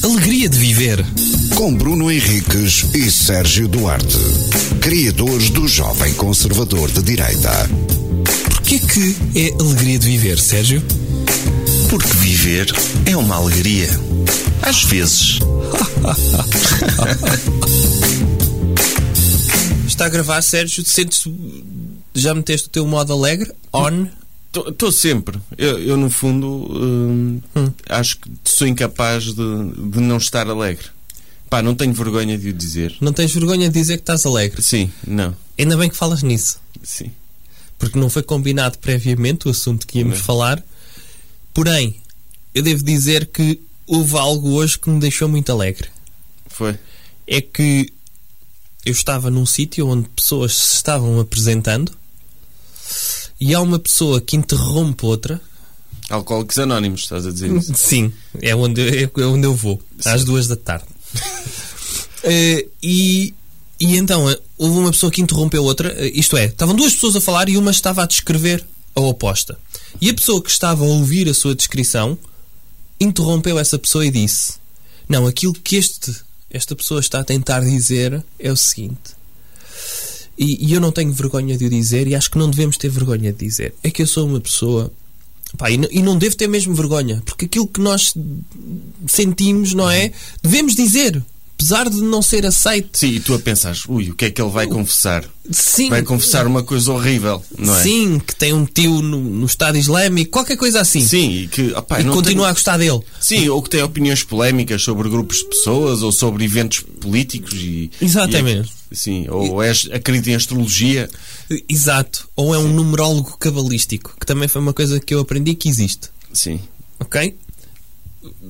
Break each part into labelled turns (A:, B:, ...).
A: gostaria de viver.
B: Com Bruno Henriques e Sérgio Duarte, criadores do Jovem Conservador de Direita.
A: Porquê que é alegria de viver, Sérgio?
C: Porque viver é uma alegria. Às vezes.
D: Está a gravar, Sérgio? Sentes já meteste o teu modo alegre? On?
C: Estou sempre. Eu, eu, no fundo, hum, acho que sou incapaz de, de não estar alegre. Pá, não tenho vergonha de o dizer.
D: Não tens vergonha de dizer que estás alegre?
C: Sim, não.
D: Ainda bem que falas nisso,
C: Sim.
D: porque não foi combinado previamente o assunto que íamos
C: Não.
D: falar. Porém, eu devo dizer que houve algo hoje que me deixou muito alegre.
C: Foi.
D: É que eu estava num sítio onde pessoas se estavam apresentando e há uma pessoa que interrompe outra
C: Alcoólicos Anónimos, estás a dizer isso?
D: Sim, é onde, é onde eu vou, às duas da tarde. Eh, e, e então, eh, houve uma pessoa que interrompeu outra, eh, isto é, estavam duas pessoas a falar e uma estava a descrever a oposta. E a pessoa que estava a ouvir a sua descrição interrompeu essa pessoa e disse: Não, aquilo que este, esta pessoa está a tentar dizer é o seguinte. E, e eu não tenho vergonha de o dizer e acho que não devemos ter vergonha de dizer. É que eu sou uma pessoa. Pá, e, n- e não devo ter mesmo vergonha, porque aquilo que nós sentimos, não é? Devemos dizer, apesar de não ser aceito.
C: Sim, e tu a pensares, ui, o que é que ele vai confessar?
D: Sim,
C: Vai confessar uma coisa horrível, não é?
D: sim que tem um tio no, no Estado Islâmico, qualquer coisa assim.
C: Sim, e que, opá,
D: e
C: não
D: continua a
C: tenho-
D: gostar dele.
C: Sim, ou que tem opiniões polémicas sobre grupos de pessoas ou sobre eventos políticos e.
D: Exatamente.
C: e- sim, ou és, acredita em astrologia.
D: Exato. Ou é um numerólogo cabalístico, que também foi uma coisa que eu aprendi que existe.
C: Sim.
D: Ok?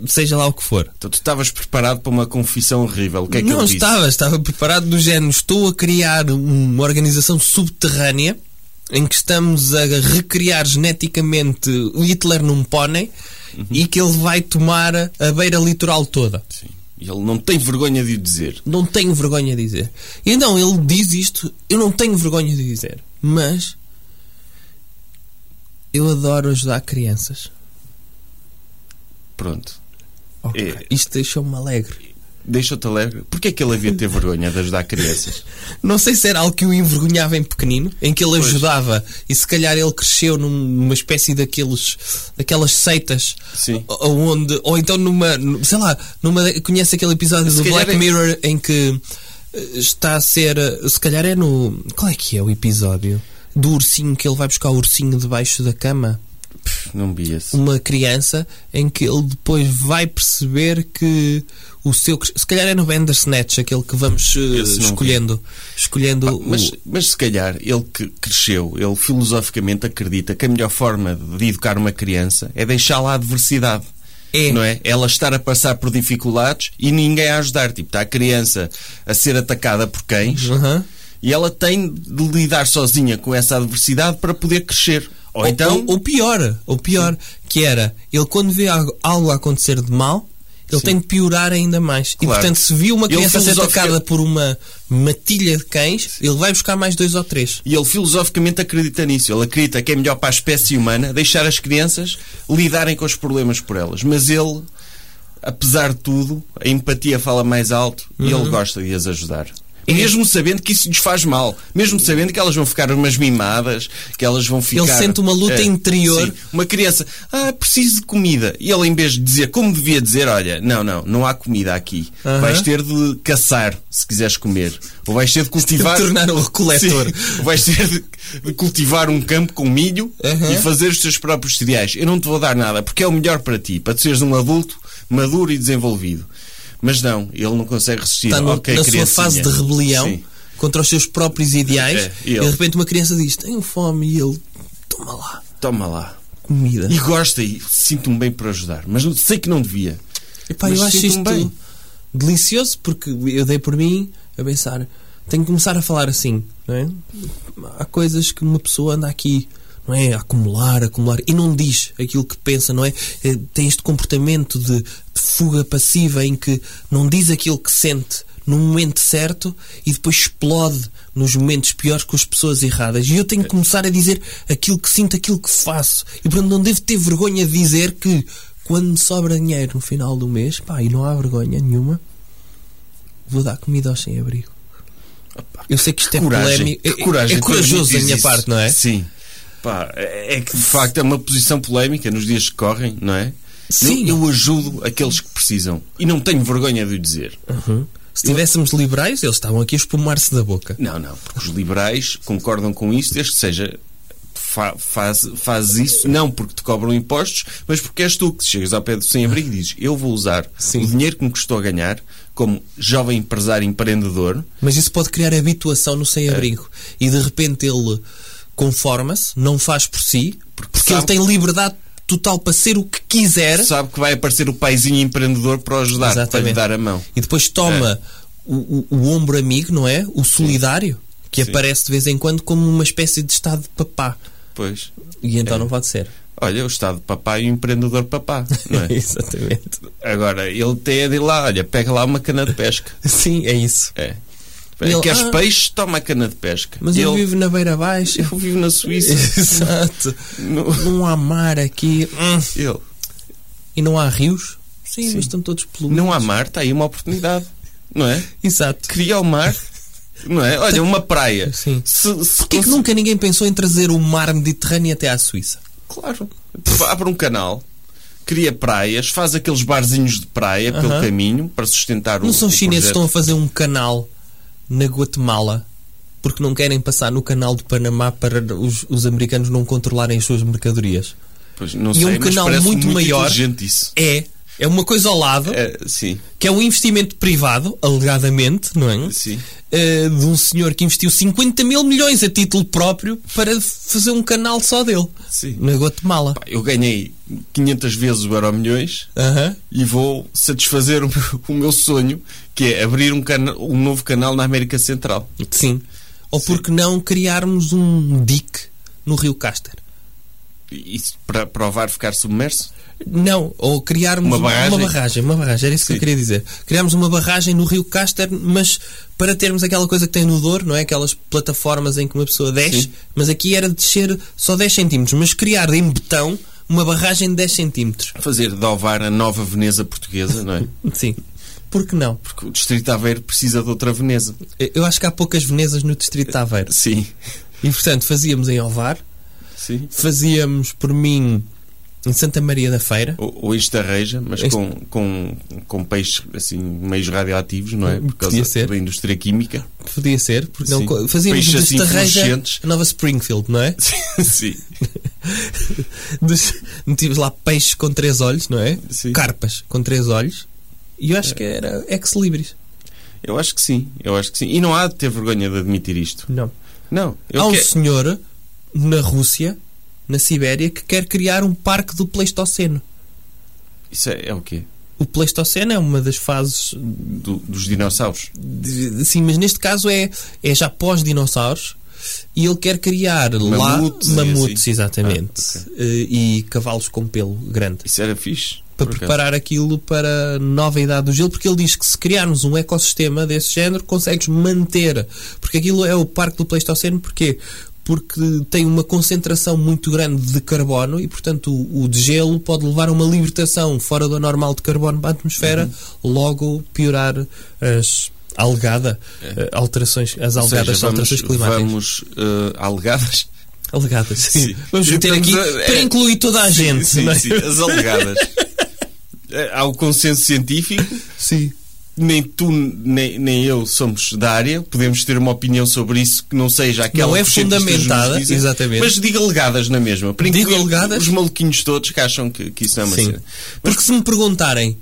D: Seja lá o que for.
C: Então tu estavas preparado para uma confissão horrível. O que é que
D: não
C: ele disse?
D: estava, estava preparado do género. Estou a criar uma organização subterrânea em que estamos a recriar geneticamente o Hitler num pônei
C: Uhum.
D: e que ele vai tomar a beira litoral toda.
C: Sim. E ele não tem vergonha de o dizer.
D: Não tenho vergonha de dizer. E então ele diz isto, eu não tenho vergonha de dizer, mas eu adoro ajudar crianças.
C: Pronto.
D: Ok,
C: É.
D: Isto deixou-me alegre.
C: Deixa-te alegre. Porquê é que ele havia de ter vergonha de ajudar crianças?
D: Não sei se era algo que o envergonhava em pequenino, em que ele ajudava e se calhar ele cresceu num- numa espécie daqueles, daquelas seitas
C: Sim.
D: o- onde, ou então numa, nu- sei lá, numa, conhece aquele episódio do
C: calhar
D: Black
C: é-
D: Mirror em que eh, está a ser, eh, se calhar é no, qual é que é o episódio? Do ursinho que ele vai buscar o ursinho debaixo da cama,
C: Não via-se.
D: uma criança em que ele depois vai perceber que o seu, cres- se calhar é no Bandersnatch, aquele que vamos eh,
C: Esse não vi. Ah,
D: escolhendo, escolhendo o-
C: Mas, mas se calhar ele que cresceu, ele filosoficamente acredita que a melhor forma de educar uma criança é deixá-la à adversidade.
D: É.
C: Não é? Ela estar a passar por dificuldades e ninguém a ajudar. Tipo, está a criança a ser atacada por cães
D: Aham.
C: e ela tem de lidar sozinha com essa adversidade para poder crescer. Ou, então.
D: ou, ou pior, ou pior, que era ele quando vê algo, algo acontecer de mal, ele
C: Sim.
D: tem de piorar ainda mais. E
C: Claro.
D: portanto, se viu uma
C: Ele
D: criança a ser
C: filosofica-
D: atacada por uma matilha de cães, ele vai buscar mais dois ou três.
C: E ele filosoficamente acredita nisso. Ele acredita que é melhor para a espécie humana deixar as crianças lidarem com os problemas por elas. Mas ele, apesar de tudo, a empatia fala mais alto e
D: Uhum.
C: ele gosta de as ajudar.
D: É.
C: Mesmo sabendo que isso lhes faz mal, mesmo sabendo que elas vão ficar umas mimadas, que elas vão ficar. é,
D: sente uma luta interior.
C: sim. Uma criança, ah, preciso de comida. E ele, em vez de dizer como devia dizer, olha, não, não, não há comida aqui.
D: Aham.
C: Vais ter de caçar se quiseres comer. Ou vais ter de cultivar.
D: tornar o recoletor.
C: Sim, vais ter de, de cultivar um campo com milho
D: Aham.
C: e fazer os teus próprios cereais. Eu não te vou dar nada, porque é o melhor para ti, para tu seres um adulto maduro e desenvolvido. Mas não, ele não consegue resistir.
D: Está no-
C: Ok,
D: na sua
C: criancinha.
D: fase de rebelião
C: Sim.
D: contra os seus próprios ideais.
C: É, e
D: e
C: ele?
D: de repente uma criança diz: Tenho fome, e ele toma lá
C: Toma lá.
D: comida.
C: E gosta e sinto-me bem por ajudar, mas não- sei que não devia.
D: Epá,
C: Mas
D: eu acho isto
C: sinto-me bem.
D: delicioso porque eu dei por mim a pensar, tenho que começar a falar assim, não é? Há coisas que uma pessoa anda aqui, não é? A acumular, acumular, e não diz aquilo que pensa, não é? Eh, Tem este comportamento de, de fuga passiva em que não diz aquilo que sente no momento certo e depois explode nos momentos piores com as pessoas erradas. E eu tenho que começar a dizer aquilo que sinto, aquilo que faço. E portanto não devo ter vergonha de dizer que quando sobra dinheiro no final do mês, pá, e não há vergonha nenhuma, vou dar comida aos sem-abrigo. Eu sei que isto é
C: coragem,
D: polémico.
C: que
D: É- é-
C: coragem
D: é
C: quando
D: corajoso da
C: diz
D: minha
C: isso.
D: parte, não é?
C: Sim. Pá, é é que de facto é uma posição polémica nos dias que correm, não é?
D: Sim.
C: Eu, eu ajudo aqueles que precisam e não tenho vergonha de o dizer.
D: Se tivéssemos liberais, eles estavam aqui a espumar-se da boca.
C: Não, não, porque os liberais concordam com isso, desde que seja. Fa faz, faz isso não porque te cobram impostos, mas porque és tu que chegas ao pé do sem-abrigo e dizes: Eu vou usar
D: Sim.
C: o dinheiro que me custou a ganhar como jovem empresário empreendedor.
D: Mas isso pode criar habituação no sem-abrigo.
C: É.
D: E de repente ele conforma-se, não faz por si, porque,
C: sabe-
D: ele tem liberdade total para ser o que quiser
C: Sabe que vai aparecer o paizinho empreendedor para o ajudar, para lhe
D: Exatamente.
C: dar a mão. É.
D: e depois toma o, o- o ombro amigo, não é? O solidário, que
C: Sim.
D: aparece de vez em quando como uma espécie de estado de papá.
C: Pois.
D: E
C: É.
D: então não pode ser.
C: Olha, o Estado papá e o empreendedor papá, não é?
D: Exatamente.
C: Agora, ele tem a de ir lá, olha, pega lá uma cana de pesca.
D: Sim, é isso.
C: É.
D: Ele,
C: Queres
D: ah.
C: peixe? Toma a cana de pesca.
D: Mas eu,
C: Ele-
D: vivo na beira baixa.
C: eu vivo na Suíça.
D: Exato.
C: No-
D: Não há mar aqui. Hum.
C: Ele,
D: E não há rios? Sim,
C: Sim.
D: mas estão todos poluídos.
C: não há mar, está aí uma oportunidade, não é?
D: Exato.
C: Cria o mar, não é? Olha, uma praia.
D: Sim.
C: Se, se
D: Porquê que
C: cons-
D: nunca ninguém pensou em trazer o mar Mediterrâneo até à Suíça?
C: Claro. Abre um canal, cria praias, faz aqueles barzinhos de praia pelo
D: Aham.
C: caminho para sustentar o
D: Não são
C: o
D: os chineses que
C: um projeto.
D: estão a fazer um canal na Guatemala porque não querem passar no canal do Panamá para os, os americanos não controlarem as suas mercadorias?
C: Pois, não
D: e
C: sei,
D: um
C: mas
D: canal
C: parece
D: muito maior.
C: inteligente isso.
D: É. É uma coisa ao lado,
C: É, sim,
D: que é um investimento privado, alegadamente, não é?
C: sim.
D: Eh, de um senhor que investiu 50 mil milhões a título próprio para fazer um canal só dele.
C: Sim.
D: Na Guatemala.
C: Pá, Eu ganhei 500 vezes o Euro Milhões
D: Aham.
C: e vou satisfazer o meu, o meu sonho, que é abrir um, cana- um novo canal na América Central.
D: Sim. Ou porque não criarmos um dique no Rio Caster?
C: E Isso para provar ficar submerso?
D: Não, ou criarmos
C: Uma
D: uma barragem,
C: barragem?
D: uma barragem, uma barragem, era isso que eu
C: Sim.
D: queria dizer. Criarmos uma barragem no Rio Caster, mas para termos aquela coisa que tem no Douro, não é? Aquelas plataformas em que uma pessoa desce,
C: Sim.
D: mas aqui era descer só 10 centímetros, mas criar em betão uma barragem de 10 centímetros.
C: Fazer de Ovar a nova Veneza portuguesa, não é?
D: Sim. Por que não?
C: Porque o Distrito de Aveiro precisa de outra Veneza.
D: Eu acho que há poucas Venezas no Distrito de Aveiro.
C: Sim,
D: E portanto fazíamos em Ovar,
C: sim.
D: fazíamos por mim em Santa Maria da Feira.
C: Ou, ou em Estarreja, mas
D: Este-
C: com, com, com peixes assim, meios radioativos, não é? Por
D: Hum, Podia
C: causa
D: ser.
C: da indústria química.
D: Podia ser, porque não
C: Sim.
D: co- fazíamos
C: Peixes
D: de
C: assim
D: Estarreja
C: fluorescentes.
D: a Nova Springfield, não é?
C: sim,
D: Dos, metíamos lá peixes com três olhos, não é?
C: Sim.
D: Carpas com três olhos. E eu acho que era ex-libris.
C: eu acho que sim, eu acho que sim. E não há de ter vergonha de admitir isto.
D: Não.
C: Não, eu
D: Há um
C: que-
D: senhor na Rússia, na Sibéria, que quer criar um parque do Pleistoceno.
C: Isso é, é o quê?
D: O Pleistoceno é uma das fases
C: Do- dos dinossauros?
D: de- sim, mas neste caso é, é já pós-dinossauros e ele quer criar
C: Mamutes e
D: lá mamutos,
C: assim.
D: exatamente,
C: Ah,
D: eh, e cavalos com pelo grande.
C: Isso era fixe.
D: Para
C: por acaso.
D: preparar aquilo para a nova idade do gelo, porque ele diz que se criarmos um ecossistema desse género, consegues manter. Porque aquilo é o parque do Pleistoceno, porquê? Porque tem uma concentração muito grande de carbono e, portanto, o, o degelo pode levar a uma libertação fora do normal de carbono para a atmosfera,
C: Uhum.
D: logo piorar as algada, eh, alterações, as
C: Ou seja,
D: algadas
C: vamos,
D: alterações climáticas.
C: Vamos eh, alegadas.
D: Alegadas, sim.
C: Sim.
D: Vamos meter
C: Temos
D: aqui
C: a-
D: para
C: é-
D: incluir toda a gente.
C: sim,
D: não é?
C: sim, as alegadas. Eh, Há o consenso científico,
D: sim.
C: nem tu nem, nem eu somos da área, podemos ter uma opinião sobre isso que não seja aquela
D: Não é
C: que os cientistas nos
D: fundamentada,
C: dizem.
D: exatamente.
C: Mas diga alegadas na mesma. para
D: Digo
C: incluir
D: alegadas.
C: Os maluquinhos todos que acham que, que isso não é uma
D: Sim.
C: cena. Mas
D: Porque se me perguntarem,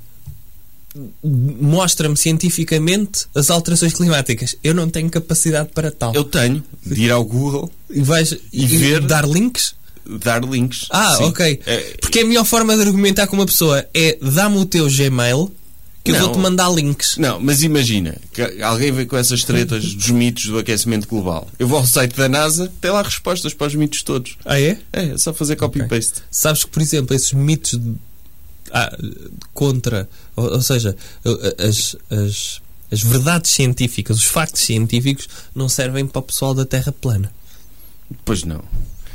D: mostra-me cientificamente as alterações climáticas. Eu não tenho capacidade para tal.
C: eu tenho de ir ao Google
D: E vais
C: E
D: e
C: ver-
D: dar links?
C: dar links.
D: Ah,
C: Sim.
D: ok.
C: Eh,
D: Porque a melhor forma de argumentar com uma pessoa é dá-me o teu Gmail que eu
C: Não.
D: vou-te mandar links.
C: Não, mas imagina que alguém vem com essas tretas dos mitos do aquecimento global. Eu vou ao site da NASA, tem lá respostas para os mitos todos.
D: Ah, é?
C: É, é só fazer copy-paste.
D: Sabes que, por exemplo, esses mitos de- ah, contra, ou, ou seja, as, as, as verdades científicas, os factos científicos, não servem para o pessoal da Terra plana.
C: Pois não.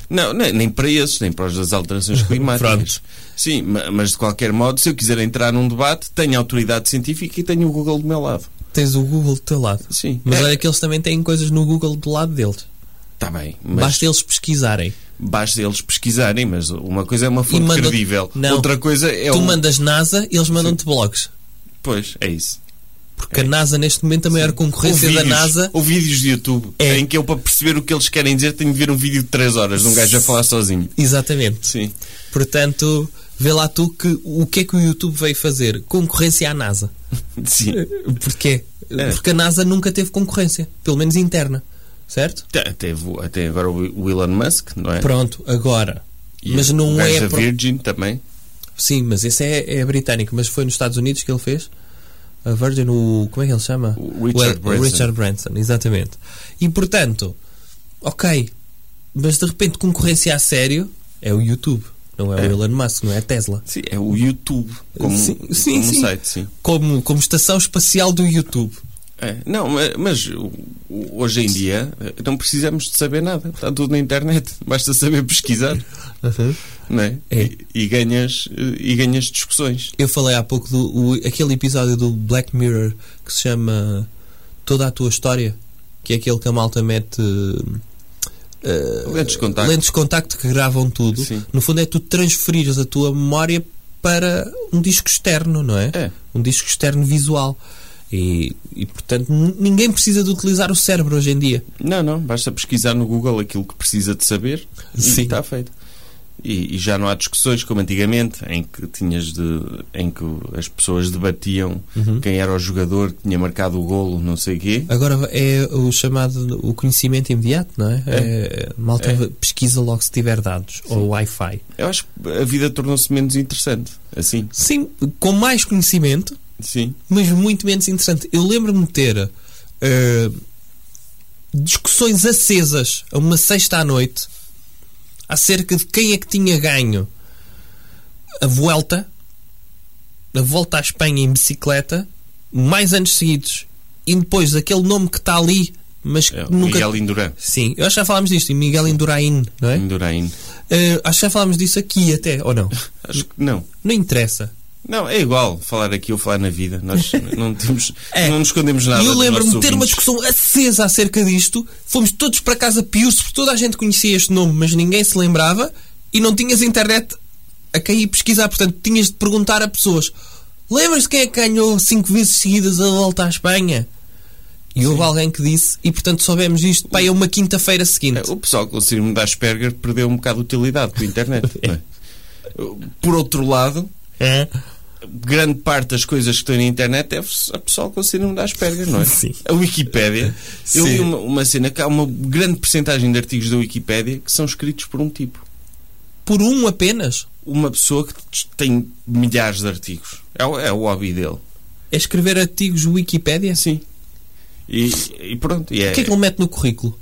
C: Não, nem, nem para esses, nem para os das alterações climáticas.
D: Pronto.
C: Sim, ma- mas de qualquer modo, se eu quiser entrar num debate, tenho autoridade científica e tenho o Google do meu lado.
D: Tens o Google do teu lado.
C: Sim.
D: Mas
C: É.
D: olha que eles também têm coisas no Google do lado deles.
C: Está Tá bem, mas
D: Basta
C: basta...
D: eles pesquisarem.
C: eles pesquisarem, mas uma coisa é uma fonte
D: mandam-
C: credível,
D: Não.
C: outra coisa é
D: tu
C: o...
D: mandas NASA eles mandam-te blogs.
C: Pois, é isso.
D: Porque a NASA, neste momento, a maior
C: Ou
D: concorrência
C: É.
D: da
C: vídeos,
D: NASA.
C: ou vídeos de YouTube,
D: É.
C: em que eu, para perceber o que eles querem dizer, tenho de ver um vídeo de 3 horas de um gajo a falar sozinho.
D: Exatamente.
C: Sim.
D: Portanto, vê lá tu que, o que é que o YouTube veio fazer? Concorrência à NASA.
C: Sim.
D: Porquê?
C: É.
D: Porque a NASA nunca teve concorrência, pelo menos interna. Certo?
C: Até, até vo- até agora o o Elon Musk, não é?
D: Pronto, agora.
C: E
D: mas
C: o
D: não
C: gajo
D: é.
C: da
D: pro-
C: Virgin também.
D: Sim, mas esse é, é britânico. Mas foi nos Estados Unidos que ele fez. A Virgin, o. Como é que ele se chama?
C: O Richard
D: o,
C: Branson.
D: Richard Branson, exatamente. E portanto, ok. Mas de repente, concorrência a sério é o YouTube. Não é,
C: É.
D: o Elon Musk, não é a Tesla.
C: Sim, é o YouTube como,
D: Sim, sim,
C: como um
D: sim.
C: site, sim.
D: Como, como estação espacial do YouTube.
C: É, Não, ma- mas, o- o- hoje em dia eh, não precisamos de saber nada. Está tudo na internet. Basta saber pesquisar, não é?
D: É.
C: E, e ganhas, eh, e ganhas discussões.
D: Eu falei há pouco do o- aquele episódio do Black Mirror que se chama Toda a Tua História, que é aquele que a malta mete eh,
C: Lentes de contacto.
D: lentes de contacto que gravam tudo.
C: Sim.
D: No fundo é tu transferires a tua memória para um disco externo, não é?
C: É.
D: Um disco externo visual. E, e, portanto n- ninguém precisa de utilizar o cérebro hoje em dia.
C: Não, não. Basta pesquisar no Google aquilo que precisa de saber
D: Sim.
C: e está feito. E, e já não há discussões como antigamente, em que tinhas de, em que as pessoas debatiam quem era o jogador que tinha marcado o golo, não sei o quê.
D: Agora é o chamado o conhecimento imediato, não é? É, a malta
C: É.
D: pesquisa logo se tiver dados ou Wi-Fi.
C: Eu acho que a vida tornou-se menos interessante. Assim,
D: Sim, com mais conhecimento,
C: sim.
D: mas muito menos interessante. Eu lembro-me de ter eh, discussões acesas a uma sexta à noite acerca de quem é que tinha ganho a volta, a volta à Espanha em bicicleta, mais anos seguidos, e depois aquele nome que está ali, mas que
C: É, o
D: nunca.
C: Miguel Hum. Indurain.
D: Sim, eu acho que já falámos disto, e Miguel Indurain, não é?
C: Indurain.
D: Eh, acho que já falámos disso aqui até, ou não?
C: Acho que não.
D: Não interessa.
C: Não, é igual falar aqui ou falar na vida. Nós não temos,
D: É.
C: não nos escondemos nada.
D: E eu
C: dos
D: lembro-me de
C: nossos
D: ter uma
C: ouvintes.
D: discussão acesa acerca disto. Fomos todos para casa pios, porque toda a gente conhecia este nome, mas ninguém se lembrava. E não tinhas internet a cair pesquisar. Portanto, tinhas de perguntar a pessoas: Lembras-te quem é que ganhou cinco vezes seguidas a volta à Espanha? E houve alguém que disse, e portanto soubemos isto pá, é uma quinta-feira seguinte.
C: É, O pessoal com o síndrome de Asperger perdeu um bocado de utilidade com a internet. não é? Por outro lado,
D: É.
C: grande parte das coisas que estão na internet é a pessoal com o síndrome de Asperger, não é?
D: Sim.
C: A Wikipédia. Eu
D: Sim.
C: li uma, uma cena que há uma grande porcentagem de artigos da Wikipédia que são escritos por um tipo.
D: Por um apenas.
C: Uma pessoa que t- tem milhares de artigos. É, o- é o hobby dele.
D: É escrever artigos Wikipédia?
C: Sim. E, e pronto. E é-
D: É. O que é que ele mete no currículo?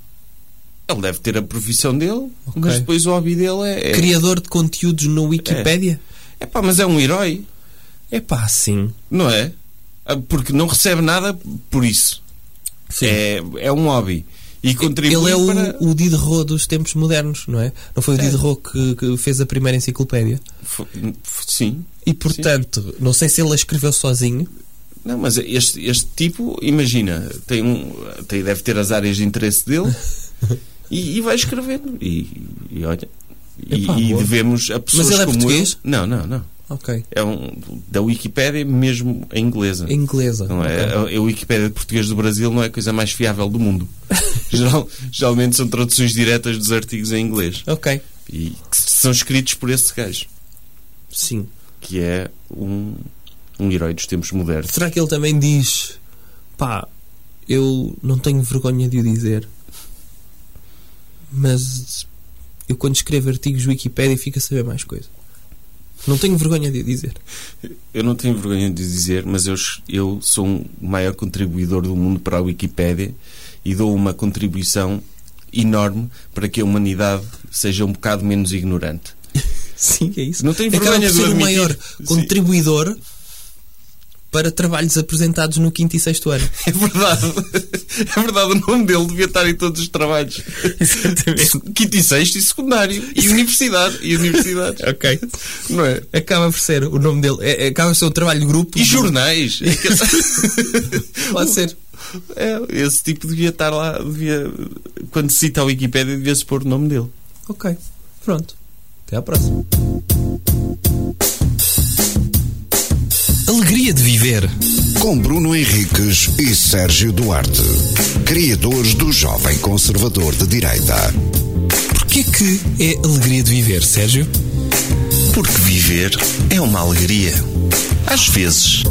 C: Ele deve ter a profissão dele,
D: Ok.
C: mas depois o hobby dele é. é-
D: Criador de conteúdos no Wikipédia?
C: É pá, mas é um herói,
D: É pá, sim.
C: não é? Ah, Porque não recebe nada por isso. É, é um hobby. E contribui
D: Ele é o,
C: para.
D: o Diderot dos tempos modernos, não é? Não foi o Diderot que, que fez a primeira enciclopédia.
C: F- f- Sim.
D: E portanto, não sei se ele a escreveu sozinho.
C: Não, mas este, este tipo, imagina, tem um, tem, deve ter as áreas de interesse dele e, e vai escrevendo. E, e olha. E,
D: Epá,
C: e
D: boa.
C: devemos a pessoas
D: ele é
C: como
D: português?
C: ele. Não, não, não.
D: Ok.
C: É um, da Wikipédia mesmo em inglesa.
D: Em inglesa.
C: Não é?
D: Ok.
C: A, a Wikipédia de português do Brasil não é a coisa mais fiável do mundo. Geral- geralmente são traduções diretas dos artigos em inglês.
D: Ok.
C: E que s- são escritos por esse gajo,
D: Sim.
C: que é um, um herói dos tempos modernos.
D: Será que ele também diz pá, eu não tenho vergonha de o dizer, mas eu quando escrevo artigos Wikipédia fico a saber mais coisa. Não tenho vergonha de o dizer.
C: Eu não tenho vergonha de dizer, mas eu, es- eu sou um- o maior contribuidor do mundo para a Wikipédia e dou uma contribuição enorme para que a humanidade seja um bocado menos ignorante.
D: Sim, é isso.
C: Não tenho
D: Acaba
C: vergonha
D: por
C: de
D: ser
C: o
D: o
C: admitir.
D: maior
C: Sim.
D: contribuidor para trabalhos apresentados no quinto e sexto ano.
C: É verdade. É verdade, o nome dele devia estar em todos os trabalhos.
D: Exatamente.
C: Quinto e sexto e secundário. E universidade. E universidades.
D: ok.
C: Não é?
D: Acaba por ser o nome dele. É- é- acaba por ser um trabalho de grupo.
C: E jornais. É que-
D: Pode ser.
C: É, esse tipo devia estar lá. Devia, quando se cita a Wikipédia, devia-se pôr o nome dele.
D: Ok. Pronto. Até à próxima.
A: Alegria de viver.
B: Com Bruno Henriques e Sérgio Duarte, criadores do Jovem Conservador de Direita.
A: Porquê que é alegria de viver, Sérgio?
C: Porque viver é uma alegria. Às vezes.